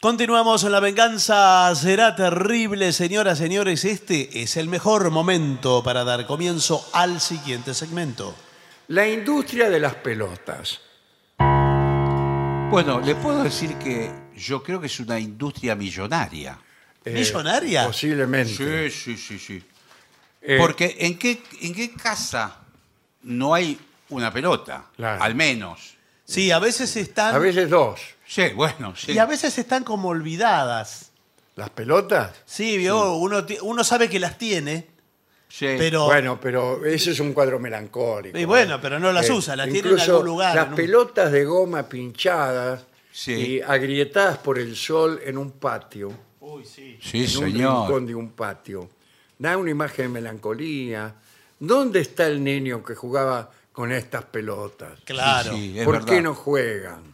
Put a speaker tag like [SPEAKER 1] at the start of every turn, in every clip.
[SPEAKER 1] Continuamos en La Venganza Será Terrible, señoras, señores. Este es el mejor momento para dar comienzo al siguiente segmento.
[SPEAKER 2] La industria de las pelotas.
[SPEAKER 3] Bueno, le puedo decir que yo creo que es una industria millonaria.
[SPEAKER 1] ¿Millonaria?
[SPEAKER 2] eh, Posiblemente.
[SPEAKER 3] sí, sí, sí.
[SPEAKER 2] Eh,
[SPEAKER 3] Porque ¿en qué, en qué casa no hay una pelota?
[SPEAKER 2] Claro.
[SPEAKER 3] Al menos.
[SPEAKER 1] Sí, a veces están.
[SPEAKER 2] A veces dos.
[SPEAKER 3] Sí, bueno, sí.
[SPEAKER 1] Y a veces están como olvidadas.
[SPEAKER 2] ¿Las pelotas?
[SPEAKER 1] Sí, vio, Uno, ti- uno sabe que las tiene,
[SPEAKER 3] sí.
[SPEAKER 1] pero.
[SPEAKER 2] Bueno, pero ese es un cuadro melancólico.
[SPEAKER 1] y bueno, pero no las
[SPEAKER 2] Eh,
[SPEAKER 1] usa, las tiene en
[SPEAKER 2] incluso
[SPEAKER 1] algún lugar.
[SPEAKER 2] Las
[SPEAKER 1] en un-
[SPEAKER 2] pelotas de goma pinchadas
[SPEAKER 3] Sí.
[SPEAKER 2] y agrietadas por el sol en un patio,
[SPEAKER 3] Sí,
[SPEAKER 2] en un
[SPEAKER 3] señor.
[SPEAKER 2] rincón de un patio, da una imagen de melancolía. ¿Dónde está el niño que jugaba con estas pelotas?
[SPEAKER 1] Claro.
[SPEAKER 3] Sí, sí, es
[SPEAKER 2] ¿Por
[SPEAKER 3] verdad.
[SPEAKER 2] qué no juegan?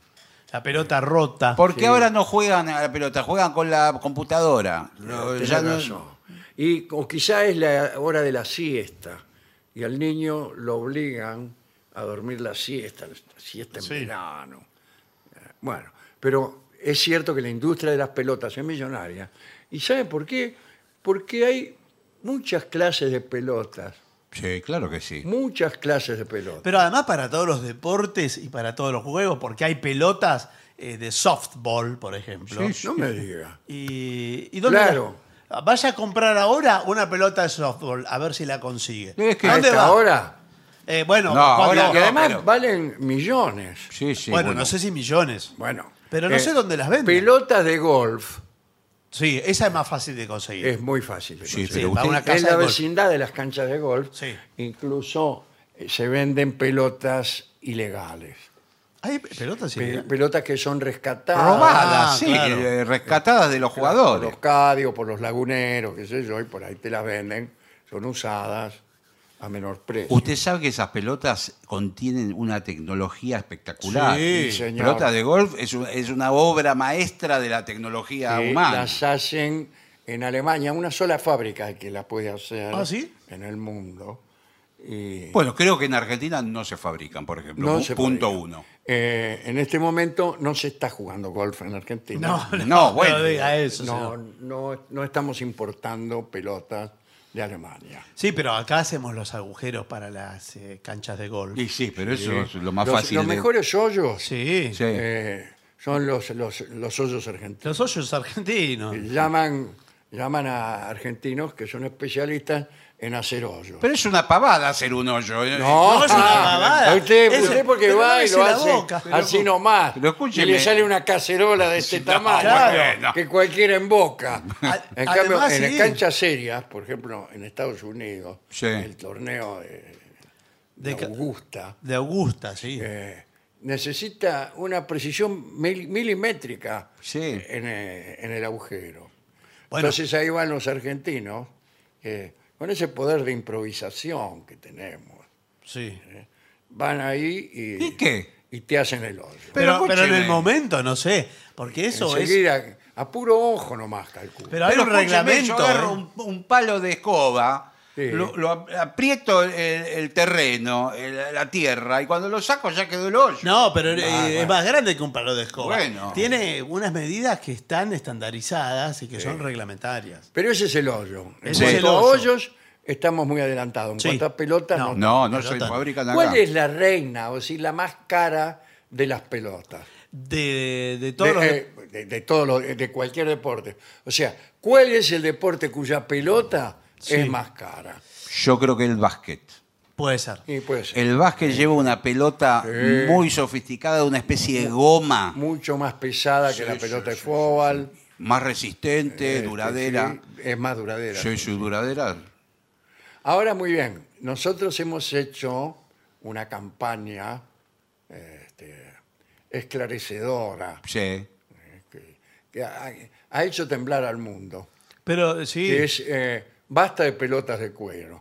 [SPEAKER 1] La pelota rota.
[SPEAKER 3] ¿Por qué ahora no juegan a la pelota? Juegan con la computadora. No,
[SPEAKER 2] Eh, Tenés
[SPEAKER 3] ya no-
[SPEAKER 2] razón. Y o quizá es la hora de la siesta y al niño lo obligan a dormir la siesta, la siesta en
[SPEAKER 1] Sí.
[SPEAKER 2] verano. Eh, Bueno, pero es cierto que la industria de las pelotas es millonaria. ¿Y sabe por qué? Porque hay muchas clases de pelotas,
[SPEAKER 3] Sí, claro que sí.
[SPEAKER 2] muchas clases de pelotas.
[SPEAKER 1] Pero además para todos los deportes y para todos los juegos, porque hay pelotas eh, de softball, por ejemplo.
[SPEAKER 3] Sí, sí.
[SPEAKER 2] No me diga.
[SPEAKER 1] Y, ¿y dónde
[SPEAKER 2] Claro.
[SPEAKER 1] la- Vaya a comprar ahora una pelota de softball, a ver si la consigue.
[SPEAKER 3] Es que
[SPEAKER 1] ¿A
[SPEAKER 2] ¿A
[SPEAKER 1] dónde
[SPEAKER 2] esta
[SPEAKER 1] va?
[SPEAKER 2] hora?
[SPEAKER 1] Eh, bueno,
[SPEAKER 3] No,
[SPEAKER 1] cuando-
[SPEAKER 3] ahora-
[SPEAKER 2] Y
[SPEAKER 3] No,
[SPEAKER 2] además
[SPEAKER 3] pero-
[SPEAKER 2] valen millones.
[SPEAKER 3] Sí, sí.
[SPEAKER 1] bueno, no sé si millones.
[SPEAKER 2] Bueno. eh,
[SPEAKER 1] Pero no sé dónde las venden.
[SPEAKER 2] Pelotas de golf
[SPEAKER 1] Sí, esa es más fácil de conseguir.
[SPEAKER 2] es muy fácil. de
[SPEAKER 3] Sí,
[SPEAKER 2] conseguir.
[SPEAKER 3] pero
[SPEAKER 1] Sí, va
[SPEAKER 3] usted-
[SPEAKER 1] a una casa
[SPEAKER 2] en la
[SPEAKER 1] de golf.
[SPEAKER 2] vecindad de las canchas de golf,
[SPEAKER 1] Sí.
[SPEAKER 2] incluso eh, se venden pelotas ilegales.
[SPEAKER 1] Hay pelotas sí.
[SPEAKER 2] Pe- Pelotas que son rescatadas
[SPEAKER 3] Robadas,
[SPEAKER 1] Ah,
[SPEAKER 3] sí.
[SPEAKER 1] claro.
[SPEAKER 3] eh, Rescatadas de los
[SPEAKER 2] por
[SPEAKER 3] jugadores.
[SPEAKER 2] los cadios, por los laguneros, qué sé yo, y por ahí te las venden. Son usadas a menor precio.
[SPEAKER 3] Usted sabe que esas pelotas contienen una tecnología espectacular.
[SPEAKER 2] Sí, señor.
[SPEAKER 3] Pelota de golf es, un- es una obra maestra de la tecnología
[SPEAKER 2] Eh,
[SPEAKER 3] humana.
[SPEAKER 2] las hacen en Alemania, una sola fábrica que las puede hacer
[SPEAKER 1] ¿Ah, sí?
[SPEAKER 2] en el mundo. Y-
[SPEAKER 3] Bueno, creo que en Argentina no se fabrican, por ejemplo.
[SPEAKER 2] No
[SPEAKER 3] Pu-
[SPEAKER 2] se
[SPEAKER 3] punto
[SPEAKER 2] podía.
[SPEAKER 3] uno.
[SPEAKER 2] Eh, en este momento no se está jugando golf en Argentina.
[SPEAKER 3] No, bueno.
[SPEAKER 1] diga eso.
[SPEAKER 2] No,
[SPEAKER 1] señor.
[SPEAKER 2] no, no estamos importando pelotas de Alemania.
[SPEAKER 1] Sí, pero acá hacemos los agujeros para las eh, canchas de golf.
[SPEAKER 3] Y sí, pero eso es lo más
[SPEAKER 2] los,
[SPEAKER 3] fácil.
[SPEAKER 2] Los
[SPEAKER 3] de-
[SPEAKER 2] mejores hoyos
[SPEAKER 1] Sí.
[SPEAKER 3] Sí.
[SPEAKER 2] eh, son los, los, los hoyos
[SPEAKER 1] Los
[SPEAKER 2] argentinos.
[SPEAKER 1] hoyos argentinos.
[SPEAKER 2] Llaman, llaman a argentinos que son especialistas en hacer hoyos.
[SPEAKER 3] Pero es una pavada hacer un hoyo. eh.
[SPEAKER 1] No, es una babada.
[SPEAKER 2] ah, a usted,
[SPEAKER 1] Eso-
[SPEAKER 2] usted porque
[SPEAKER 1] pero no
[SPEAKER 2] va y
[SPEAKER 1] dice
[SPEAKER 2] lo
[SPEAKER 1] la
[SPEAKER 2] hace
[SPEAKER 1] boca.
[SPEAKER 2] así nomás.
[SPEAKER 3] Pero
[SPEAKER 2] y
[SPEAKER 3] escúcheme.
[SPEAKER 2] le sale una cacerola de este tamaño
[SPEAKER 1] claro.
[SPEAKER 2] que cualquiera en boca.
[SPEAKER 1] A-
[SPEAKER 2] En cambio,
[SPEAKER 1] además,
[SPEAKER 2] en
[SPEAKER 1] sí.
[SPEAKER 2] canchas serias, por ejemplo, en Estados Unidos,
[SPEAKER 3] Sí.
[SPEAKER 2] el torneo de, de
[SPEAKER 1] De ca-
[SPEAKER 2] Augusta
[SPEAKER 1] De Augusta, sí.
[SPEAKER 2] eh, necesita una precisión mil- milimétrica
[SPEAKER 3] Sí.
[SPEAKER 2] en, eh, en el agujero.
[SPEAKER 1] Bueno.
[SPEAKER 2] Entonces ahí van los argentinos eh, con ese poder de improvisación que tenemos
[SPEAKER 1] sí.
[SPEAKER 2] van ahí y,
[SPEAKER 3] ¿Y qué?
[SPEAKER 2] y te hacen el hoyo.
[SPEAKER 1] Pero,
[SPEAKER 3] Pero
[SPEAKER 1] pero en el
[SPEAKER 3] escúcheme.
[SPEAKER 1] momento, no sé. Porque eso es.
[SPEAKER 2] Enseguida, a puro ojo nomás calculo.
[SPEAKER 1] Pero hay un
[SPEAKER 3] escúcheme,
[SPEAKER 1] reglamento.
[SPEAKER 3] Yo agarro
[SPEAKER 1] ¿eh?
[SPEAKER 3] un, un palo de escoba,
[SPEAKER 2] Sí.
[SPEAKER 3] lo, lo ap- aprieto el, el terreno, el- la tierra, y cuando lo saco ya quedó el hoyo.
[SPEAKER 1] No,
[SPEAKER 3] Ah,
[SPEAKER 1] pero eh, es más grande que un palo de escoba.
[SPEAKER 3] Bueno.
[SPEAKER 1] Tiene unas medidas que están estandarizadas y que son reglamentarias.
[SPEAKER 2] Pero ese es el hoyo. En
[SPEAKER 1] Ese
[SPEAKER 3] es
[SPEAKER 2] cuanto
[SPEAKER 1] el
[SPEAKER 2] a
[SPEAKER 1] hoyo.
[SPEAKER 2] hoyos, estamos muy adelantados. En
[SPEAKER 1] Sí.
[SPEAKER 2] cuanto a pelotas,
[SPEAKER 1] No.
[SPEAKER 2] no.
[SPEAKER 3] No, no
[SPEAKER 1] Pelota
[SPEAKER 3] se
[SPEAKER 1] no.
[SPEAKER 3] fabrican acá.
[SPEAKER 2] ¿Cuál es la reina, o si la más cara de las pelotas?
[SPEAKER 1] De, de todos
[SPEAKER 2] De,
[SPEAKER 1] los.
[SPEAKER 2] eh, de- de todos los- de cualquier deporte. O sea, ¿cuál es el deporte cuya pelota
[SPEAKER 1] Sí.
[SPEAKER 2] es más cara?
[SPEAKER 3] Yo creo que el básquet.
[SPEAKER 1] Puede ser.
[SPEAKER 2] Y pues,
[SPEAKER 3] El básquet lleva una pelota muy sofisticada, una especie de goma
[SPEAKER 2] mucho más pesada que la pelota de fútbol.
[SPEAKER 3] más resistente,
[SPEAKER 2] Este,
[SPEAKER 3] duradera.
[SPEAKER 2] sí, es más duradera.
[SPEAKER 3] Soy su duradera.
[SPEAKER 2] Ahora muy bien, nosotros hemos hecho una campaña este, esclarecedora
[SPEAKER 3] Sí.
[SPEAKER 2] que, que ha, ha hecho temblar al mundo,
[SPEAKER 1] Pero sí.
[SPEAKER 2] que es eh, basta de pelotas de cuero.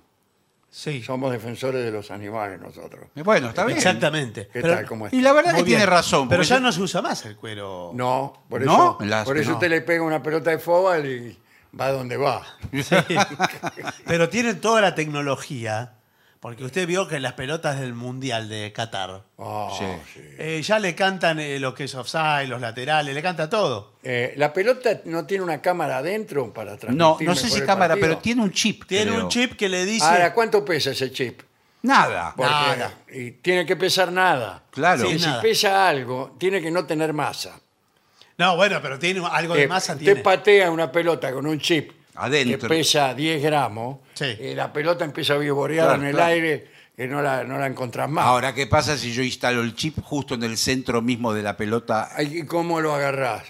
[SPEAKER 1] sí.
[SPEAKER 2] Somos defensores de los animales nosotros.
[SPEAKER 3] Eh, Bueno, está bien.
[SPEAKER 1] Exactamente.
[SPEAKER 2] ¿Qué
[SPEAKER 1] Pero-
[SPEAKER 2] tal? ¿Cómo es?
[SPEAKER 3] Y la verdad
[SPEAKER 1] Muy
[SPEAKER 3] que tiene
[SPEAKER 1] bien.
[SPEAKER 3] razón.
[SPEAKER 1] Pero
[SPEAKER 3] porque
[SPEAKER 1] ya
[SPEAKER 3] yo-
[SPEAKER 1] no se usa más el cuero.
[SPEAKER 2] No, por eso,
[SPEAKER 3] No, las-
[SPEAKER 2] por eso
[SPEAKER 3] no.
[SPEAKER 2] usted le pega una pelota de fóbal y va donde va.
[SPEAKER 1] Pero tienen toda la tecnología Porque usted vio que las pelotas del Mundial de Qatar
[SPEAKER 2] Ah,
[SPEAKER 3] Sí.
[SPEAKER 2] sí.
[SPEAKER 1] eh, ya le cantan eh, lo que es offside, los laterales, le canta todo.
[SPEAKER 2] Eh, ¿La pelota no tiene una cámara adentro para transmitir?
[SPEAKER 3] No, no sé
[SPEAKER 2] mejor
[SPEAKER 3] si
[SPEAKER 2] el
[SPEAKER 3] cámara,
[SPEAKER 2] partido?
[SPEAKER 3] pero tiene un chip.
[SPEAKER 1] Tiene
[SPEAKER 3] creo.
[SPEAKER 1] un chip que le dice.
[SPEAKER 2] Ahora, ¿cuánto pesa ese chip?
[SPEAKER 3] Nada.
[SPEAKER 2] Porque-
[SPEAKER 1] Nada.
[SPEAKER 2] Y tiene que pesar nada.
[SPEAKER 3] Claro.
[SPEAKER 1] Sí,
[SPEAKER 2] Y si
[SPEAKER 1] nada.
[SPEAKER 2] pesa algo, tiene que no tener masa.
[SPEAKER 1] No, bueno, pero tiene algo
[SPEAKER 2] Eh,
[SPEAKER 1] de masa.
[SPEAKER 2] usted
[SPEAKER 1] Tiene.
[SPEAKER 2] patea una pelota con un chip
[SPEAKER 3] Adentro.
[SPEAKER 2] que pesa 10 gramos
[SPEAKER 1] Sí.
[SPEAKER 2] y la pelota empieza a vivorear
[SPEAKER 3] Claro,
[SPEAKER 2] en el
[SPEAKER 3] claro.
[SPEAKER 2] aire que no la, no la encontrás más.
[SPEAKER 3] Ahora, ¿qué pasa si yo instalo el chip justo en el centro mismo de la pelota?
[SPEAKER 2] Ay, ¿Y cómo lo agarrás?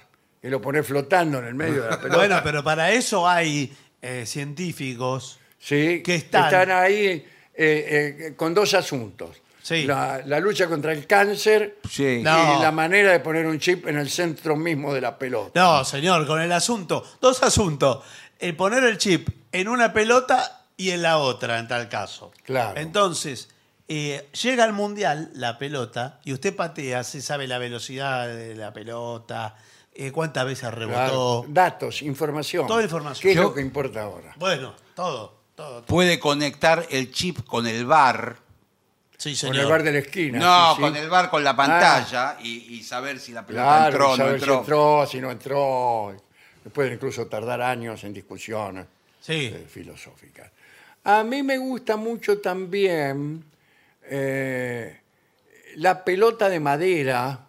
[SPEAKER 2] Y lo pones flotando en el medio de la pelota.
[SPEAKER 1] Ah, Bueno, pero para eso hay eh, científicos.
[SPEAKER 2] Sí,
[SPEAKER 1] que están-
[SPEAKER 2] ahí eh, eh, con dos asuntos.
[SPEAKER 1] Sí.
[SPEAKER 2] La, la lucha contra el cáncer
[SPEAKER 3] Sí.
[SPEAKER 2] y
[SPEAKER 1] No.
[SPEAKER 2] la manera de poner un chip en el centro mismo de la pelota.
[SPEAKER 1] No, señor, con el asunto. Dos asuntos. El poner el chip en una pelota y en la otra, en tal caso.
[SPEAKER 2] Claro.
[SPEAKER 1] Entonces, eh, llega al mundial la pelota y usted patea, se sabe la velocidad de la pelota, eh, cuántas veces
[SPEAKER 2] Claro,
[SPEAKER 1] rebotó.
[SPEAKER 2] Datos, información.
[SPEAKER 1] Toda información.
[SPEAKER 2] ¿Qué es
[SPEAKER 3] Yo-
[SPEAKER 2] lo que importa ahora?
[SPEAKER 1] Bueno, todo, todo. todo.
[SPEAKER 3] ¿Puede conectar el chip con el bar?
[SPEAKER 1] Sí,
[SPEAKER 2] Con
[SPEAKER 1] señor.
[SPEAKER 2] el bar de la esquina.
[SPEAKER 3] No,
[SPEAKER 2] Ah, sí, sí. Ah.
[SPEAKER 3] con el bar, con la pantalla y, y saber si la pelota
[SPEAKER 2] Claro,
[SPEAKER 3] entró o no
[SPEAKER 2] saber si
[SPEAKER 3] entró.
[SPEAKER 2] entró, si no entró. Pueden incluso tardar años en discusiones
[SPEAKER 1] Sí.
[SPEAKER 2] eh, filosóficas. A mí me gusta mucho también eh, la pelota de madera.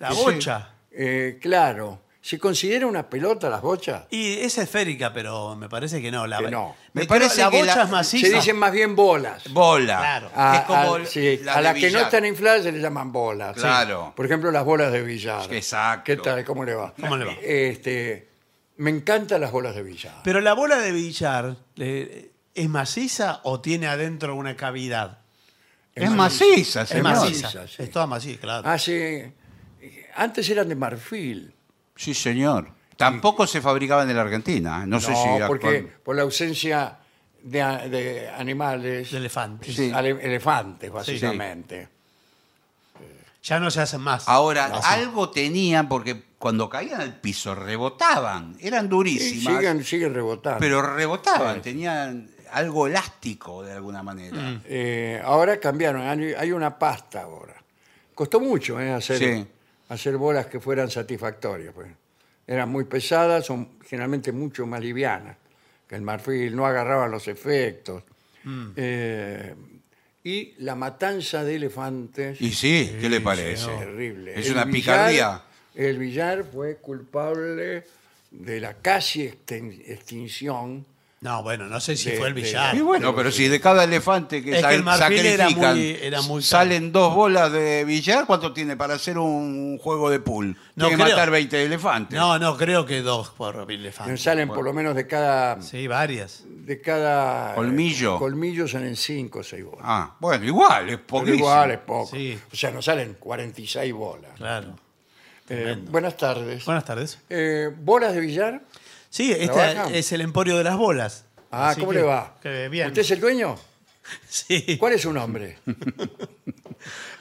[SPEAKER 1] La bocha.
[SPEAKER 2] Eh, claro, ¿se considera una pelota las bochas?
[SPEAKER 1] Y es esférica, pero me parece que no. La,
[SPEAKER 2] Que no.
[SPEAKER 1] Me
[SPEAKER 3] Me
[SPEAKER 1] parece
[SPEAKER 3] parece
[SPEAKER 1] la
[SPEAKER 3] que
[SPEAKER 1] bocha
[SPEAKER 3] la-
[SPEAKER 1] es maciza.
[SPEAKER 2] Se dicen más bien bolas.
[SPEAKER 3] Bola.
[SPEAKER 1] Claro.
[SPEAKER 2] A,
[SPEAKER 3] que es como
[SPEAKER 2] a-
[SPEAKER 3] la-
[SPEAKER 2] sí,
[SPEAKER 3] la
[SPEAKER 2] a
[SPEAKER 3] de
[SPEAKER 2] las que no
[SPEAKER 3] billar.
[SPEAKER 2] están infladas se le llaman bolas. sí.
[SPEAKER 3] Claro.
[SPEAKER 2] Por ejemplo, las bolas de billar.
[SPEAKER 3] Exacto.
[SPEAKER 2] ¿Qué tal? ¿Cómo le va?
[SPEAKER 1] ¿Cómo le va?
[SPEAKER 2] Este, me encantan las bolas de billar.
[SPEAKER 1] Pero la bola de billar, eh, ¿es maciza o tiene adentro una cavidad?
[SPEAKER 3] Es maciza,
[SPEAKER 1] Es
[SPEAKER 2] Es
[SPEAKER 3] señor.
[SPEAKER 1] maciza.
[SPEAKER 2] maciza, sí. Ah.
[SPEAKER 1] Es toda maciza, claro.
[SPEAKER 2] Hace, eh, antes eran de marfil.
[SPEAKER 3] Sí, señor. Tampoco se fabricaban en la Argentina. ¿eh? No, sé
[SPEAKER 2] No,
[SPEAKER 3] si.
[SPEAKER 2] porque
[SPEAKER 3] actual-
[SPEAKER 2] por la ausencia de, a- de animales,
[SPEAKER 1] de elefante.
[SPEAKER 3] Sí.
[SPEAKER 2] ale- elefantes básicamente.
[SPEAKER 1] Ya no se hacen más.
[SPEAKER 3] Ahora, algo tenían porque cuando caían al piso rebotaban. Eran
[SPEAKER 2] Y
[SPEAKER 3] durísimas.
[SPEAKER 2] siguen, siguen rebotando.
[SPEAKER 3] Pero rebotaban.
[SPEAKER 2] Sí.
[SPEAKER 3] Tenían algo elástico de alguna manera.
[SPEAKER 2] Eh, ahora cambiaron, hay, hay una pasta ahora. Costó mucho eh, hacer,
[SPEAKER 3] Sí.
[SPEAKER 2] hacer bolas que fueran satisfactorias. pues. Eran muy pesadas, son generalmente mucho más livianas que el marfil, no agarraban los efectos.
[SPEAKER 3] Mm.
[SPEAKER 2] Eh, y la matanza de elefantes
[SPEAKER 3] Y sí, ¿qué le parece?
[SPEAKER 2] es terrible.
[SPEAKER 3] Es
[SPEAKER 2] El
[SPEAKER 3] una
[SPEAKER 2] billar-
[SPEAKER 3] picardía.
[SPEAKER 2] El billar fue culpable de la casi exten- extinción
[SPEAKER 1] No, bueno, no sé si
[SPEAKER 2] De-
[SPEAKER 1] fue el
[SPEAKER 2] de-
[SPEAKER 1] billar.
[SPEAKER 3] Y bueno,
[SPEAKER 2] Pero
[SPEAKER 3] Ah, pero
[SPEAKER 2] sí.
[SPEAKER 3] si de cada elefante que,
[SPEAKER 1] Es que el
[SPEAKER 3] sa-
[SPEAKER 1] marfil era
[SPEAKER 3] sacrifican
[SPEAKER 1] muy- era muy caro.
[SPEAKER 3] salen dos bolas de billar, ¿cuánto tiene para hacer un juego de pool?
[SPEAKER 1] No
[SPEAKER 3] tiene que
[SPEAKER 1] creo.
[SPEAKER 3] matar 20 elefantes.
[SPEAKER 1] No, no, creo que dos por
[SPEAKER 3] Ah,
[SPEAKER 2] Me
[SPEAKER 1] elefante.
[SPEAKER 2] salen por lo menos de cada
[SPEAKER 1] Sí, varias.
[SPEAKER 2] de cada
[SPEAKER 3] Colmillo.
[SPEAKER 2] eh, colmillo salen 5 o 6 bolas.
[SPEAKER 3] Ah, bueno, igual, es
[SPEAKER 2] Pero
[SPEAKER 3] poquísimo.
[SPEAKER 2] igual es poco.
[SPEAKER 1] Sí.
[SPEAKER 2] O sea, nos salen 46 bolas.
[SPEAKER 1] Claro.
[SPEAKER 2] Eh, buenas tardes.
[SPEAKER 1] Buenas tardes.
[SPEAKER 2] Eh, ¿Bolas de billar?
[SPEAKER 1] Sí,
[SPEAKER 2] ¿Trabajan?
[SPEAKER 1] este es el emporio de las bolas.
[SPEAKER 2] Ah,
[SPEAKER 1] Así
[SPEAKER 2] ¿cómo
[SPEAKER 1] que-
[SPEAKER 2] le va?
[SPEAKER 1] que bien.
[SPEAKER 2] ¿Usted es el dueño?
[SPEAKER 1] Sí.
[SPEAKER 2] ¿Cuál es su nombre?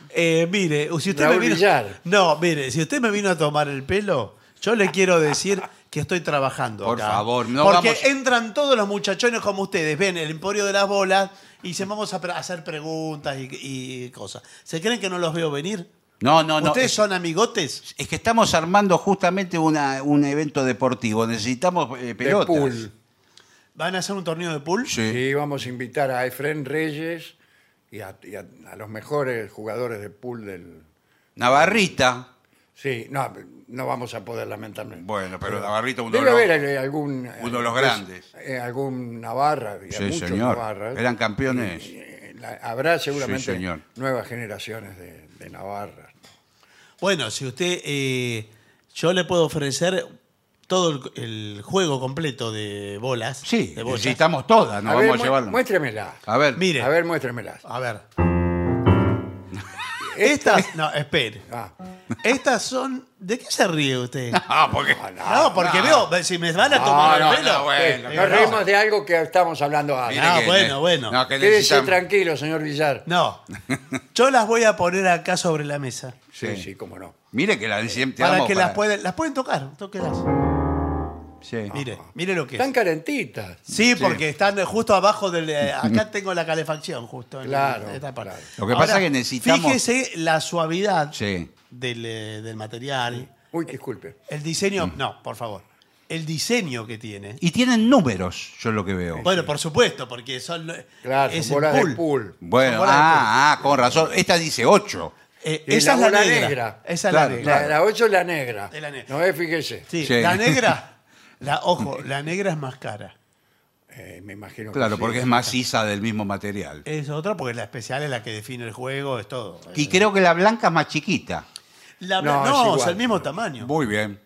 [SPEAKER 1] Eh, mire, si usted
[SPEAKER 2] Raúl
[SPEAKER 1] me vino,
[SPEAKER 2] Villar.
[SPEAKER 1] No, mire, si usted me vino a tomar el pelo, yo le quiero decir que estoy trabajando.
[SPEAKER 3] Por
[SPEAKER 1] acá.
[SPEAKER 3] favor, no
[SPEAKER 1] Porque
[SPEAKER 3] vamos-
[SPEAKER 1] entran todos los muchachones como ustedes, ven el emporio de las bolas y dicen, vamos a pre- hacer preguntas y, y cosas. ¿Se creen que no los veo venir?
[SPEAKER 3] No, no, no.
[SPEAKER 1] ¿Ustedes
[SPEAKER 3] Es,
[SPEAKER 1] son amigotes?
[SPEAKER 3] es que estamos armando justamente una- un evento deportivo. Necesitamos eh,
[SPEAKER 2] De
[SPEAKER 3] pelotas.
[SPEAKER 2] pool.
[SPEAKER 1] ¿Van a hacer un torneo de pool?
[SPEAKER 3] Sí.
[SPEAKER 2] Y vamos a invitar a Efren Reyes y a, y a- a los mejores jugadores de pool del...
[SPEAKER 3] Navarrita.
[SPEAKER 2] Sí, no, no vamos a poder lamentarnos.
[SPEAKER 3] Bueno, pero Navarrita uno de
[SPEAKER 2] Debe
[SPEAKER 3] los-
[SPEAKER 2] haber eh, algún... eh,
[SPEAKER 3] uno de los grandes.
[SPEAKER 2] eh, algún Navarra, había
[SPEAKER 3] Sí,
[SPEAKER 2] muchos
[SPEAKER 3] señor.
[SPEAKER 2] Navarras.
[SPEAKER 3] Eran campeones.
[SPEAKER 2] Eh, la- habrá seguramente
[SPEAKER 3] Sí, señor.
[SPEAKER 2] nuevas generaciones de, de Navarra.
[SPEAKER 1] Bueno, si usted... eh, yo le puedo ofrecer todo el, el juego completo de bolas.
[SPEAKER 3] Sí,
[SPEAKER 1] de bolas.
[SPEAKER 3] necesitamos todas. No
[SPEAKER 2] a ver,
[SPEAKER 3] vamos a
[SPEAKER 2] mu-
[SPEAKER 3] llevarlas.
[SPEAKER 2] Muéstremela.
[SPEAKER 3] A ver, Ah,
[SPEAKER 1] Mire.
[SPEAKER 2] A ver, muéstremelas.
[SPEAKER 1] A ver. Estas, no, espere.
[SPEAKER 2] Ah,
[SPEAKER 1] Estas son. ¿De qué se ríe usted?
[SPEAKER 3] Ah, porque.
[SPEAKER 1] No, porque
[SPEAKER 3] no.
[SPEAKER 1] veo, si me van a tomar el
[SPEAKER 3] No, no,
[SPEAKER 1] pelo.
[SPEAKER 3] Eh, no, bueno,
[SPEAKER 2] nos
[SPEAKER 1] digo, no,
[SPEAKER 2] reímos de algo que estamos hablando
[SPEAKER 3] Mire
[SPEAKER 2] ahora.
[SPEAKER 1] Ah,
[SPEAKER 3] que-
[SPEAKER 1] bueno, bueno.
[SPEAKER 3] No, que
[SPEAKER 2] Quédese
[SPEAKER 3] necesitamos-
[SPEAKER 2] tranquilo, señor Villar.
[SPEAKER 1] no. Yo las voy a poner acá sobre la mesa.
[SPEAKER 2] Sí,
[SPEAKER 3] Sí.
[SPEAKER 2] sí, cómo no.
[SPEAKER 3] Mire que la siempre
[SPEAKER 1] Para
[SPEAKER 3] vamos
[SPEAKER 1] que las puedan. Las pueden tocar, tóquelas.
[SPEAKER 3] Sí.
[SPEAKER 1] Mire, mire lo que
[SPEAKER 2] Están
[SPEAKER 1] es.
[SPEAKER 2] calentitas.
[SPEAKER 1] Sí, porque están justo abajo del. eh, Acá tengo la calefacción, justo en
[SPEAKER 2] Claro,
[SPEAKER 1] esta parte.
[SPEAKER 2] claro.
[SPEAKER 3] Lo que pasa es que necesitamos-
[SPEAKER 1] Fíjese la suavidad
[SPEAKER 3] Sí.
[SPEAKER 1] del, eh, del material.
[SPEAKER 2] Uy, disculpe.
[SPEAKER 1] El diseño. No, por favor. El diseño que tiene.
[SPEAKER 3] Y tienen números, yo lo que veo.
[SPEAKER 1] Bueno, por supuesto, porque son. eh,
[SPEAKER 2] Claro,
[SPEAKER 1] es
[SPEAKER 2] son
[SPEAKER 1] el
[SPEAKER 2] bolas
[SPEAKER 1] pool.
[SPEAKER 2] de pool.
[SPEAKER 3] Bueno,
[SPEAKER 1] Son bolas de
[SPEAKER 3] ah, ah, con razón. Esta dice 8.
[SPEAKER 1] Eh,
[SPEAKER 2] Y
[SPEAKER 1] esa
[SPEAKER 2] la
[SPEAKER 1] es la
[SPEAKER 2] bola
[SPEAKER 1] negra.
[SPEAKER 2] negra.
[SPEAKER 1] Esa es
[SPEAKER 3] Claro,
[SPEAKER 1] la negra.
[SPEAKER 2] La, la 8 es la negra.
[SPEAKER 1] Es la negra.
[SPEAKER 2] No es, fíjese.
[SPEAKER 1] Sí,
[SPEAKER 3] Sí.
[SPEAKER 1] la negra. La, ojo, la negra es más cara.
[SPEAKER 2] Eh, me imagino que
[SPEAKER 3] Claro,
[SPEAKER 2] sí.
[SPEAKER 3] porque es maciza del mismo material.
[SPEAKER 1] Es otra porque la especial es la que define el juego, es todo.
[SPEAKER 3] Y creo que la blanca es más chiquita.
[SPEAKER 1] La- no,
[SPEAKER 2] No,
[SPEAKER 1] es,
[SPEAKER 2] es igual.
[SPEAKER 1] el mismo tamaño.
[SPEAKER 3] Muy bien.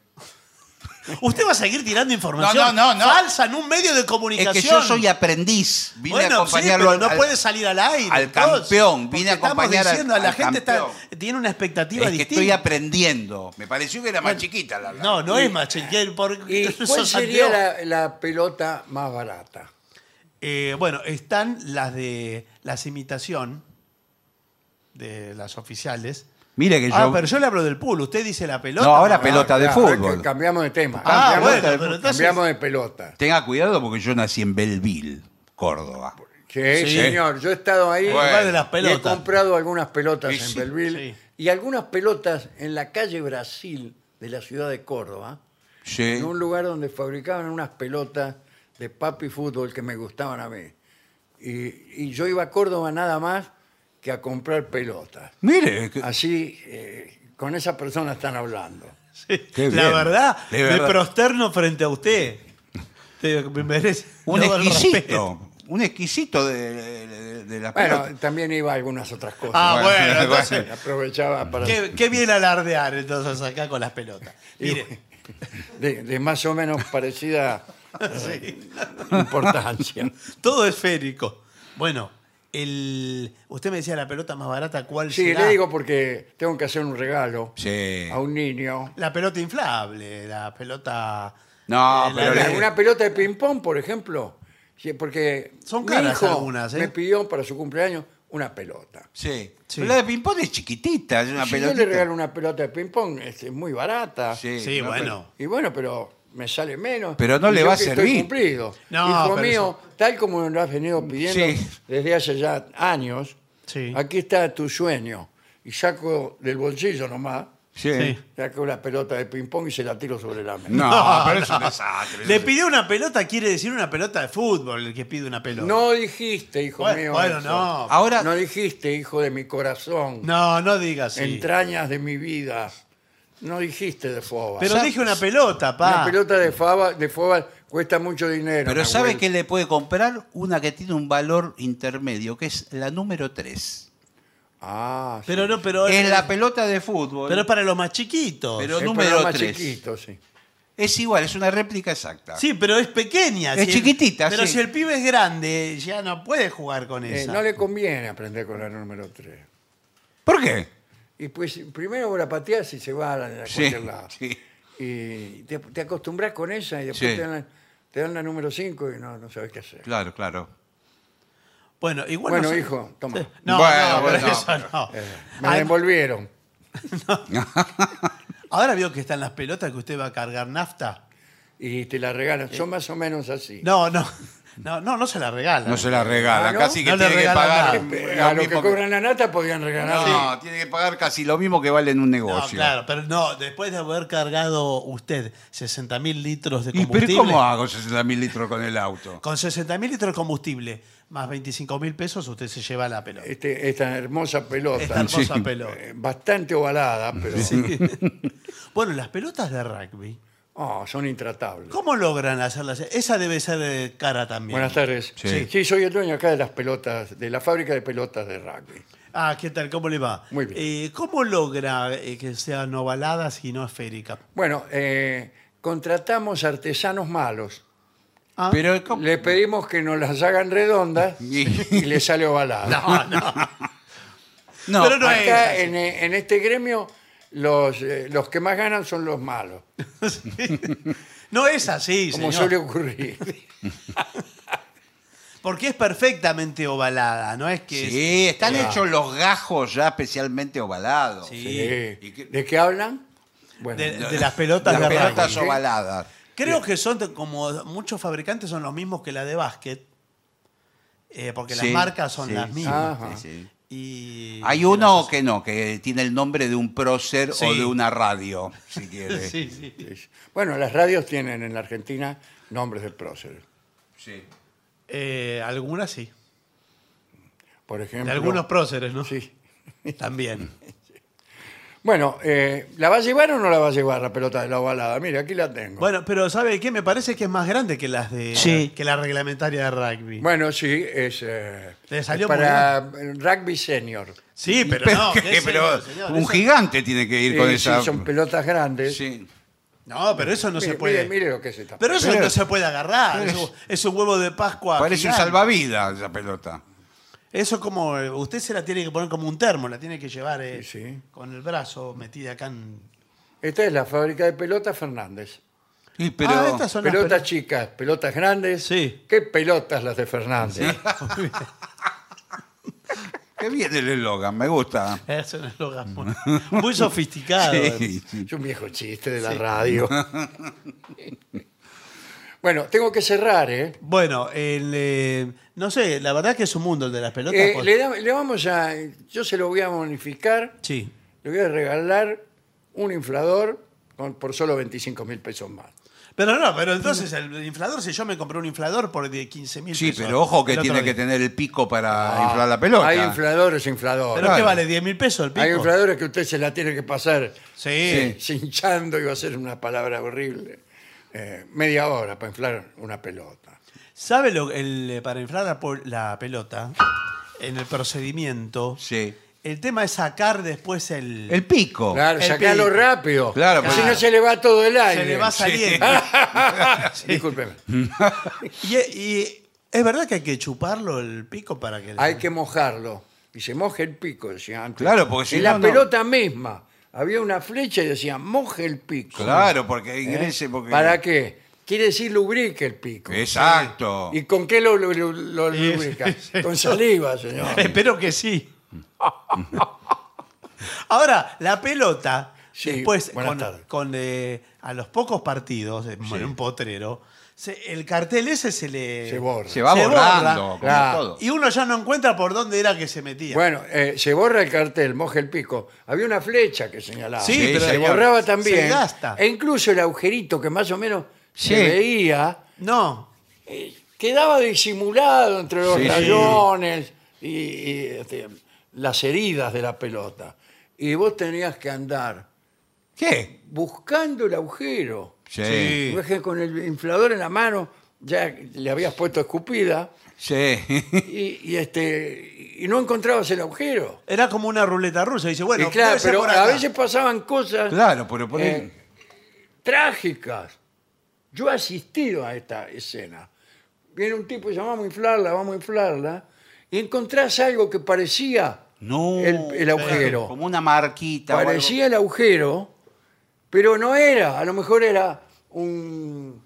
[SPEAKER 1] Usted va a seguir tirando información
[SPEAKER 3] No, no, no, no.
[SPEAKER 1] falsa en un medio de
[SPEAKER 3] Es
[SPEAKER 1] comunicación.
[SPEAKER 3] que yo soy aprendiz. Vine
[SPEAKER 1] bueno,
[SPEAKER 3] a
[SPEAKER 1] sí,
[SPEAKER 3] acompañarlo
[SPEAKER 1] pero
[SPEAKER 3] al-
[SPEAKER 1] no
[SPEAKER 3] al-
[SPEAKER 1] puede salir al aire.
[SPEAKER 3] al
[SPEAKER 1] entonces,
[SPEAKER 3] campeón.
[SPEAKER 1] porque
[SPEAKER 3] Vine a
[SPEAKER 1] estamos
[SPEAKER 3] acompañar al-
[SPEAKER 1] diciendo, la
[SPEAKER 3] al
[SPEAKER 1] gente está-
[SPEAKER 3] campeón.
[SPEAKER 1] tiene una expectativa
[SPEAKER 3] Es que
[SPEAKER 1] distinta.
[SPEAKER 3] estoy aprendiendo. Me pareció que era más chiquita la blanca.
[SPEAKER 1] no, no es más chiquero, porque
[SPEAKER 2] ¿Y
[SPEAKER 1] esos
[SPEAKER 2] cuál sería
[SPEAKER 1] anteojos.
[SPEAKER 2] la, la pelota más barata?
[SPEAKER 1] Eh, bueno, están las de las imitación de las oficiales.
[SPEAKER 3] Mire que yo.
[SPEAKER 1] Ah, pero yo le hablo del pool. Usted dice la pelota.
[SPEAKER 3] No, ahora
[SPEAKER 1] ¿no?
[SPEAKER 3] pelota. de fútbol.
[SPEAKER 2] es Ah, que Cambiamos de tema.
[SPEAKER 1] Ah, bueno,
[SPEAKER 2] cambiamos,
[SPEAKER 1] pero entonces-
[SPEAKER 2] cambiamos de pelota.
[SPEAKER 3] Tenga cuidado porque yo nací en Belleville, Córdoba.
[SPEAKER 2] Sí,
[SPEAKER 1] Sí.
[SPEAKER 2] señor. Yo he estado ahí
[SPEAKER 1] El
[SPEAKER 3] Bueno.
[SPEAKER 1] lugar de las
[SPEAKER 2] y he
[SPEAKER 1] pelotas.
[SPEAKER 2] comprado algunas pelotas
[SPEAKER 3] Y
[SPEAKER 2] en
[SPEAKER 3] sí,
[SPEAKER 2] Belville
[SPEAKER 1] sí.
[SPEAKER 2] y algunas pelotas en la calle Brasil de la ciudad de Córdoba,
[SPEAKER 3] Sí.
[SPEAKER 2] en un lugar donde fabricaban unas pelotas de papi fútbol que me gustaban a mí. Y, y yo iba a Córdoba nada más que a comprar pelotas.
[SPEAKER 3] Mire, que-
[SPEAKER 2] Así, eh, con esa persona están hablando.
[SPEAKER 1] Sí,
[SPEAKER 3] Qué
[SPEAKER 1] la
[SPEAKER 3] bien.
[SPEAKER 1] verdad,
[SPEAKER 3] De
[SPEAKER 1] me
[SPEAKER 3] verdad.
[SPEAKER 1] prosterno frente a usted. Te- me merece
[SPEAKER 3] un
[SPEAKER 1] todo el respeto.
[SPEAKER 3] exquisito. Un exquisito de, de- de la
[SPEAKER 2] Bueno,
[SPEAKER 3] pelota.
[SPEAKER 2] también iba a algunas otras cosas.
[SPEAKER 1] Ah, bueno,
[SPEAKER 3] Bueno,
[SPEAKER 1] entonces.
[SPEAKER 2] Aprovechaba para...
[SPEAKER 1] Qué, qué bien alardear entonces acá con las pelotas. Mire,
[SPEAKER 2] de, de más o menos parecida eh, importancia.
[SPEAKER 1] todo esférico. Bueno, el, usted me decía la pelota más barata, ¿cuál
[SPEAKER 2] Sí,
[SPEAKER 1] será?
[SPEAKER 2] le digo porque tengo que hacer un regalo
[SPEAKER 3] Sí.
[SPEAKER 2] a un niño.
[SPEAKER 1] La pelota inflable, la pelota.
[SPEAKER 3] No,
[SPEAKER 1] eh,
[SPEAKER 3] pero
[SPEAKER 1] la-
[SPEAKER 2] Una,
[SPEAKER 3] le-
[SPEAKER 2] una pelota de ping-pong, por ejemplo. Sí, porque
[SPEAKER 1] Son
[SPEAKER 2] mi
[SPEAKER 1] caras
[SPEAKER 2] hijo
[SPEAKER 1] algunas, ¿eh?
[SPEAKER 2] me pidió para su cumpleaños una pelota.
[SPEAKER 3] Sí.
[SPEAKER 1] Sí.
[SPEAKER 3] Pero la de ping-pong es chiquitita, es una
[SPEAKER 2] si yo
[SPEAKER 3] pelotita.
[SPEAKER 2] le regalo una pelota de ping-pong, es muy barata.
[SPEAKER 3] Sí,
[SPEAKER 1] Sí,
[SPEAKER 3] no,
[SPEAKER 1] bueno.
[SPEAKER 2] Y bueno, pero me sale menos.
[SPEAKER 3] Pero no
[SPEAKER 2] Y
[SPEAKER 3] le
[SPEAKER 2] yo
[SPEAKER 3] va a
[SPEAKER 2] que
[SPEAKER 3] servir.
[SPEAKER 2] Estoy cumplido.
[SPEAKER 1] No,
[SPEAKER 2] Hijo
[SPEAKER 1] pero
[SPEAKER 2] mío, tal como lo has venido pidiendo
[SPEAKER 3] Sí.
[SPEAKER 2] desde hace ya años,
[SPEAKER 1] Sí.
[SPEAKER 2] aquí está tu sueño. Y saco del bolsillo nomás,
[SPEAKER 3] Sí.
[SPEAKER 1] Sí.
[SPEAKER 2] saco la pelota de ping-pong y se la tiro sobre la mesa.
[SPEAKER 3] No,
[SPEAKER 1] No,
[SPEAKER 3] pero es un
[SPEAKER 1] no.
[SPEAKER 3] desastre.
[SPEAKER 1] Le pidió una pelota, quiere decir una pelota de fútbol, el que pide una pelota.
[SPEAKER 2] No dijiste, hijo
[SPEAKER 1] bueno,
[SPEAKER 2] mío.
[SPEAKER 1] bueno,
[SPEAKER 2] eso.
[SPEAKER 1] no.
[SPEAKER 3] Ahora,
[SPEAKER 2] No dijiste, hijo de mi corazón,
[SPEAKER 1] No, no digas así.
[SPEAKER 2] entrañas de mi vida. No dijiste de Fobas.
[SPEAKER 1] Pero
[SPEAKER 3] Sa-
[SPEAKER 1] dije una pelota, pa.
[SPEAKER 2] Una pelota de Fobas, de Fobas cuesta mucho dinero.
[SPEAKER 3] pero ¿sabe
[SPEAKER 2] ¿sabes
[SPEAKER 3] que le puede comprar? Una que tiene un valor intermedio, que es la número 3.
[SPEAKER 2] Ah, sí.
[SPEAKER 1] Pero no, pero
[SPEAKER 3] Es la pelota de fútbol.
[SPEAKER 1] Pero es para los más chiquitos.
[SPEAKER 3] Pero-
[SPEAKER 2] Es
[SPEAKER 3] número
[SPEAKER 2] para más
[SPEAKER 3] tres.
[SPEAKER 2] chiquito, sí. Eh,
[SPEAKER 3] Es igual, es una réplica exacta.
[SPEAKER 1] sí, pero es pequeña.
[SPEAKER 3] Es
[SPEAKER 1] el-
[SPEAKER 3] chiquitita,
[SPEAKER 1] Pero
[SPEAKER 3] sí.
[SPEAKER 1] si el pibe es grande, ya no puede jugar con
[SPEAKER 2] Eh,
[SPEAKER 1] esa.
[SPEAKER 2] no le conviene aprender con la número 3.
[SPEAKER 3] ¿Por qué?
[SPEAKER 2] Y pues primero vos la pateás y se va a, la- a
[SPEAKER 3] Sí,
[SPEAKER 2] cualquier lado.
[SPEAKER 3] sí.
[SPEAKER 2] Y te, te acostumbras con esa y después
[SPEAKER 3] Sí.
[SPEAKER 2] te, dan la, te dan la número 5 y no, no sabes qué hacer.
[SPEAKER 3] Claro, claro.
[SPEAKER 1] Bueno, igual.
[SPEAKER 2] Bueno,
[SPEAKER 1] no sé-
[SPEAKER 2] hijo, toma.
[SPEAKER 1] Sí. No,
[SPEAKER 3] Bueno,
[SPEAKER 1] no, pero
[SPEAKER 3] bueno,
[SPEAKER 1] eso
[SPEAKER 3] pero-
[SPEAKER 1] no.
[SPEAKER 2] Eh, me la
[SPEAKER 1] Ay,
[SPEAKER 2] envolvieron.
[SPEAKER 1] ahora veo que están las pelotas que usted va a cargar nafta.
[SPEAKER 2] y te la regalan. Son más o menos así.
[SPEAKER 1] No, no. No, no, no se la regala.
[SPEAKER 3] No se la regala,
[SPEAKER 2] Ah, ¿no?
[SPEAKER 3] casi que
[SPEAKER 1] No le
[SPEAKER 3] tiene que
[SPEAKER 1] regalan
[SPEAKER 3] pagar.
[SPEAKER 1] nada.
[SPEAKER 2] Eh,
[SPEAKER 3] lo
[SPEAKER 2] A los que
[SPEAKER 3] mismo que-
[SPEAKER 2] cobran la nata podían regalar.
[SPEAKER 3] No, tiene que pagar casi lo mismo que vale en un
[SPEAKER 1] No,
[SPEAKER 3] negocio.
[SPEAKER 1] claro, pero no, después de haber cargado usted 60 mil litros de
[SPEAKER 3] ¿Y
[SPEAKER 1] combustible.
[SPEAKER 3] pero cómo hago 60 mil litros con el auto?
[SPEAKER 1] Con 60 mil litros de combustible más 25 mil pesos, usted se lleva la pelota.
[SPEAKER 3] Eh,
[SPEAKER 2] Este- esta hermosa pelota.
[SPEAKER 1] Esta hermosa
[SPEAKER 3] Sí.
[SPEAKER 1] pelota.
[SPEAKER 2] Eh, Bastante ovalada, pero
[SPEAKER 1] Bueno, las pelotas de rugby,
[SPEAKER 2] Oh, son intratables.
[SPEAKER 1] ¿cómo logran hacerlas? Esa debe ser eh, cara también.
[SPEAKER 2] Buenas tardes.
[SPEAKER 3] Sí.
[SPEAKER 2] sí, soy el dueño acá de las pelotas, de la fábrica de pelotas de rugby.
[SPEAKER 1] Ah, ¿qué tal? ¿Cómo le va?
[SPEAKER 2] Muy bien.
[SPEAKER 1] Eh, ¿Cómo logra eh, que sean ovaladas y no esféricas?
[SPEAKER 2] Bueno, eh, contratamos artesanos malos.
[SPEAKER 1] Ah,
[SPEAKER 3] Pero ¿cómo?
[SPEAKER 2] Le pedimos que nos las hagan redondas
[SPEAKER 3] Y-
[SPEAKER 2] y le sale ovalada.
[SPEAKER 1] no, no.
[SPEAKER 3] No,
[SPEAKER 1] pero no es
[SPEAKER 2] Acá
[SPEAKER 1] así.
[SPEAKER 2] en, eh, en este gremio los, eh, los que más ganan son los malos,
[SPEAKER 1] No es así,
[SPEAKER 2] como
[SPEAKER 1] señor.
[SPEAKER 2] suele ocurrir.
[SPEAKER 1] Porque es perfectamente ovalada, ¿no es este, que...
[SPEAKER 3] Sí, están
[SPEAKER 2] Claro.
[SPEAKER 3] hechos los gajos ya especialmente ovalados.
[SPEAKER 1] Sí.
[SPEAKER 2] Sí.
[SPEAKER 3] ¿Y qué-
[SPEAKER 2] ¿De qué hablan? Bueno,
[SPEAKER 1] De, de las pelotas
[SPEAKER 3] Las
[SPEAKER 1] de
[SPEAKER 3] pelotas
[SPEAKER 1] rugby.
[SPEAKER 2] son-
[SPEAKER 3] ovaladas.
[SPEAKER 1] Creo que son de- como muchos fabricantes son los mismos que la de básquet, eh, porque las
[SPEAKER 3] Sí,
[SPEAKER 1] marcas son
[SPEAKER 3] sí,
[SPEAKER 1] las
[SPEAKER 3] sí,
[SPEAKER 1] mismas.
[SPEAKER 2] Ajá.
[SPEAKER 3] sí, sí.
[SPEAKER 1] Y
[SPEAKER 3] Hay uno que no, que tiene el nombre de un prócer
[SPEAKER 1] Sí.
[SPEAKER 3] o de una radio, si quiere.
[SPEAKER 1] Sí, sí.
[SPEAKER 2] Sí. Bueno, las radios tienen en la Argentina nombres de próceres.
[SPEAKER 3] Sí.
[SPEAKER 1] Eh, algunas sí.
[SPEAKER 2] Por ejemplo.
[SPEAKER 1] De algunos próceres, ¿no?
[SPEAKER 2] Sí.
[SPEAKER 1] También.
[SPEAKER 2] Bueno, eh, ¿la va a llevar o no la va a llevar la pelota de la ovalada? Mira, aquí la tengo.
[SPEAKER 1] Bueno, pero ¿sabe qué? Me parece que es más grande que las de
[SPEAKER 3] Sí.
[SPEAKER 1] que la reglamentaria de rugby.
[SPEAKER 2] Bueno, sí, es. eh,
[SPEAKER 1] Le salió
[SPEAKER 2] es para rugby senior.
[SPEAKER 1] sí, pero, no,
[SPEAKER 3] ¿qué?
[SPEAKER 1] ¿qué es
[SPEAKER 3] Pero
[SPEAKER 1] eso, señor?
[SPEAKER 3] un
[SPEAKER 1] Eso-
[SPEAKER 3] gigante tiene que ir
[SPEAKER 2] Eh,
[SPEAKER 3] con
[SPEAKER 2] sí,
[SPEAKER 3] esa.
[SPEAKER 2] son pelotas grandes.
[SPEAKER 3] Sí.
[SPEAKER 1] No, pero eso no
[SPEAKER 2] Mire,
[SPEAKER 1] se puede.
[SPEAKER 2] Mire, mire lo que es esta
[SPEAKER 1] pero eso
[SPEAKER 2] pelota.
[SPEAKER 1] no se puede agarrar.
[SPEAKER 3] Pero
[SPEAKER 1] eso-
[SPEAKER 3] es-
[SPEAKER 1] es, un huevo de Pascua.
[SPEAKER 3] Parece
[SPEAKER 1] Ah,
[SPEAKER 3] un
[SPEAKER 1] gigante.
[SPEAKER 3] salvavidas esa pelota.
[SPEAKER 1] Eso es como. eh, Usted se la tiene que poner como un termo, la tiene que llevar eh,
[SPEAKER 2] Sí, sí.
[SPEAKER 1] con el brazo metida acá en.
[SPEAKER 2] Esta es la fábrica de pelotas Fernández.
[SPEAKER 3] Sí, pero
[SPEAKER 1] Ah, estas son las
[SPEAKER 2] pelotas
[SPEAKER 1] pelotas.
[SPEAKER 2] chicas, pelotas grandes.
[SPEAKER 1] Sí.
[SPEAKER 2] ¿Qué pelotas las de Fernández?
[SPEAKER 3] qué bien el eslogan, me gusta.
[SPEAKER 1] Eso no es lo gaspo. Muy sofisticado.
[SPEAKER 3] Mm.
[SPEAKER 1] eh.
[SPEAKER 3] Sí, sí.
[SPEAKER 2] Es un viejo chiste de la radio. bueno, tengo que cerrar, ¿eh?
[SPEAKER 1] Bueno, el, eh, no sé, la verdad que es un mundo el de las pelotas. pues,
[SPEAKER 2] Eh,
[SPEAKER 1] porque-
[SPEAKER 2] le, da- le vamos a. Yo se lo voy a bonificar.
[SPEAKER 1] Sí.
[SPEAKER 2] Le voy a regalar un inflador con- por solo 25 mil pesos más.
[SPEAKER 1] Pero no, pero entonces el inflador, si yo me compré un inflador por de 15 mil
[SPEAKER 3] Sí,
[SPEAKER 1] pesos.
[SPEAKER 3] pero ojo
[SPEAKER 1] el
[SPEAKER 3] que
[SPEAKER 1] otro
[SPEAKER 3] tiene
[SPEAKER 1] día.
[SPEAKER 3] que tener el pico
[SPEAKER 1] Ah,
[SPEAKER 3] para inflar la pelota.
[SPEAKER 2] Hay infladores, infladores.
[SPEAKER 1] ¿Pero
[SPEAKER 3] Claro.
[SPEAKER 1] qué vale? ¿10 mil pesos el pico?
[SPEAKER 2] Hay infladores que usted se la tiene que pasar
[SPEAKER 1] Sí.
[SPEAKER 2] hinchando, iba a ser una palabra horrible, eh, media hora para inflar una pelota.
[SPEAKER 1] ¿Sabe lo, el, eh, para inflar la, pol- la pelota, en el procedimiento,
[SPEAKER 3] Sí.
[SPEAKER 1] el tema es sacar después el...
[SPEAKER 3] El pico.
[SPEAKER 2] Claro,
[SPEAKER 1] Oh. El
[SPEAKER 2] sacalo
[SPEAKER 1] pico.
[SPEAKER 2] rápido.
[SPEAKER 3] Claro,
[SPEAKER 2] si
[SPEAKER 3] porque-
[SPEAKER 2] no se le va todo el aire.
[SPEAKER 1] se le va saliendo.
[SPEAKER 2] Sí. Discúlpeme.
[SPEAKER 1] Y, y es verdad que hay que chuparlo el pico para que...
[SPEAKER 2] Hay que mojarlo. Y se moja el pico, decía antes.
[SPEAKER 3] Claro, porque si
[SPEAKER 2] En
[SPEAKER 3] no,
[SPEAKER 2] la
[SPEAKER 3] no.
[SPEAKER 2] pelota misma había una flecha y decía, moje el pico.
[SPEAKER 3] Claro, porque
[SPEAKER 2] ¿Eh?
[SPEAKER 3] ingrese. Porque...
[SPEAKER 2] ¿Para qué? Quiere decir lubrique el pico.
[SPEAKER 3] Exacto.
[SPEAKER 2] ¿Y con qué lo, lo- lo- lo
[SPEAKER 1] Sí,
[SPEAKER 2] lubrica?
[SPEAKER 1] sí, sí.
[SPEAKER 2] Con saliva, señor.
[SPEAKER 1] Espero que sí. Ahora, la pelota,
[SPEAKER 2] Sí,
[SPEAKER 1] después,
[SPEAKER 2] buenas
[SPEAKER 1] con,
[SPEAKER 2] tardes.
[SPEAKER 1] con, eh, a los pocos partidos, eh, bueno, un potrero, se- el cartel ese se le...
[SPEAKER 2] Se borra.
[SPEAKER 3] Se va
[SPEAKER 1] Se
[SPEAKER 3] borrando,
[SPEAKER 1] borra.
[SPEAKER 3] como
[SPEAKER 2] Claro.
[SPEAKER 3] todo.
[SPEAKER 1] Y uno ya no encuentra por dónde era que se metía.
[SPEAKER 2] Bueno, eh, se borra el cartel, moja el pico. Había una flecha que señalaba.
[SPEAKER 1] Sí,
[SPEAKER 3] Sí,
[SPEAKER 1] pero
[SPEAKER 2] se
[SPEAKER 3] señor.
[SPEAKER 2] borraba también.
[SPEAKER 1] Se gasta.
[SPEAKER 2] E incluso el agujerito que más o menos se
[SPEAKER 3] Sí.
[SPEAKER 2] veía,
[SPEAKER 1] No,
[SPEAKER 2] eh, quedaba disimulado entre los
[SPEAKER 3] Sí, sí.
[SPEAKER 2] rayones y, y, este, las heridas de la pelota. Y vos tenías que andar
[SPEAKER 3] ¿Qué?
[SPEAKER 2] buscando el agujero.
[SPEAKER 3] Sí.
[SPEAKER 1] Sí.
[SPEAKER 2] Vos que con el inflador en la mano, ya le habías puesto escupida
[SPEAKER 3] Sí.
[SPEAKER 2] y, y, este, y no encontrabas el agujero.
[SPEAKER 1] era como una ruleta rusa. Dice, bueno,
[SPEAKER 2] Y claro,
[SPEAKER 1] debe ser
[SPEAKER 2] pero
[SPEAKER 1] por acá.
[SPEAKER 2] a veces pasaban cosas
[SPEAKER 3] claro, pero por ahí-
[SPEAKER 2] Eh, trágicas. Yo he asistido a esta escena. Viene un tipo y dice, vamos a inflarla, vamos a inflarla. Y encontrás algo que parecía
[SPEAKER 3] No.
[SPEAKER 2] el, el agujero.
[SPEAKER 3] Como una marquita. o algo.
[SPEAKER 2] Parecía el agujero, pero no era. A lo mejor era un-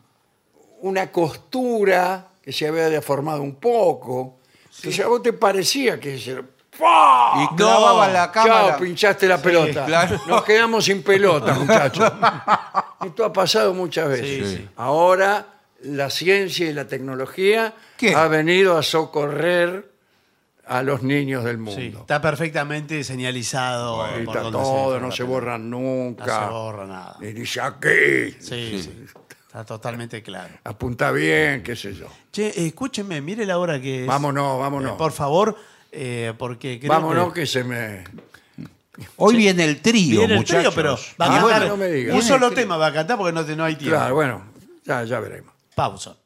[SPEAKER 2] una costura que se había deformado un poco. Entonces a vos te parecía que se... ¡Pah!
[SPEAKER 3] Y clavaba
[SPEAKER 1] No,
[SPEAKER 3] la cámara.
[SPEAKER 2] Chao, pinchaste la pelota.
[SPEAKER 3] claro.
[SPEAKER 2] Nos quedamos sin pelota, muchachos. Esto ha pasado muchas veces.
[SPEAKER 1] Sí, sí.
[SPEAKER 2] Ahora la ciencia y la tecnología
[SPEAKER 3] ¿Qué?
[SPEAKER 2] ha venido a socorrer a los niños del
[SPEAKER 1] Sí,
[SPEAKER 2] mundo.
[SPEAKER 1] está perfectamente señalizado.
[SPEAKER 2] Ahí
[SPEAKER 1] por
[SPEAKER 2] está
[SPEAKER 1] dónde se
[SPEAKER 2] todo,
[SPEAKER 1] entra
[SPEAKER 2] no
[SPEAKER 1] la
[SPEAKER 2] se
[SPEAKER 1] pelota.
[SPEAKER 2] borran
[SPEAKER 1] No
[SPEAKER 2] nunca.
[SPEAKER 1] se borra nada.
[SPEAKER 2] Y dice aquí,
[SPEAKER 1] Sí, sí. Está totalmente claro.
[SPEAKER 2] apunta bien, qué sé yo.
[SPEAKER 1] Che, eh, escúcheme, mire la hora que es.
[SPEAKER 2] Vámonos,
[SPEAKER 1] Eh,
[SPEAKER 2] vámonos.
[SPEAKER 1] por favor, eh, porque creo
[SPEAKER 2] vámonos
[SPEAKER 1] que...
[SPEAKER 2] que se me...
[SPEAKER 3] Hoy viene el trío,
[SPEAKER 1] Viene el
[SPEAKER 3] muchachos.
[SPEAKER 1] trío, pero va a
[SPEAKER 2] Ah,
[SPEAKER 1] cantar
[SPEAKER 2] no me digas.
[SPEAKER 1] un
[SPEAKER 2] Viene
[SPEAKER 1] solo
[SPEAKER 2] el trío.
[SPEAKER 1] tema va a cantar porque no, te- no hay tiempo.
[SPEAKER 2] Claro, bueno, ya, ya veremos.
[SPEAKER 1] Pausa.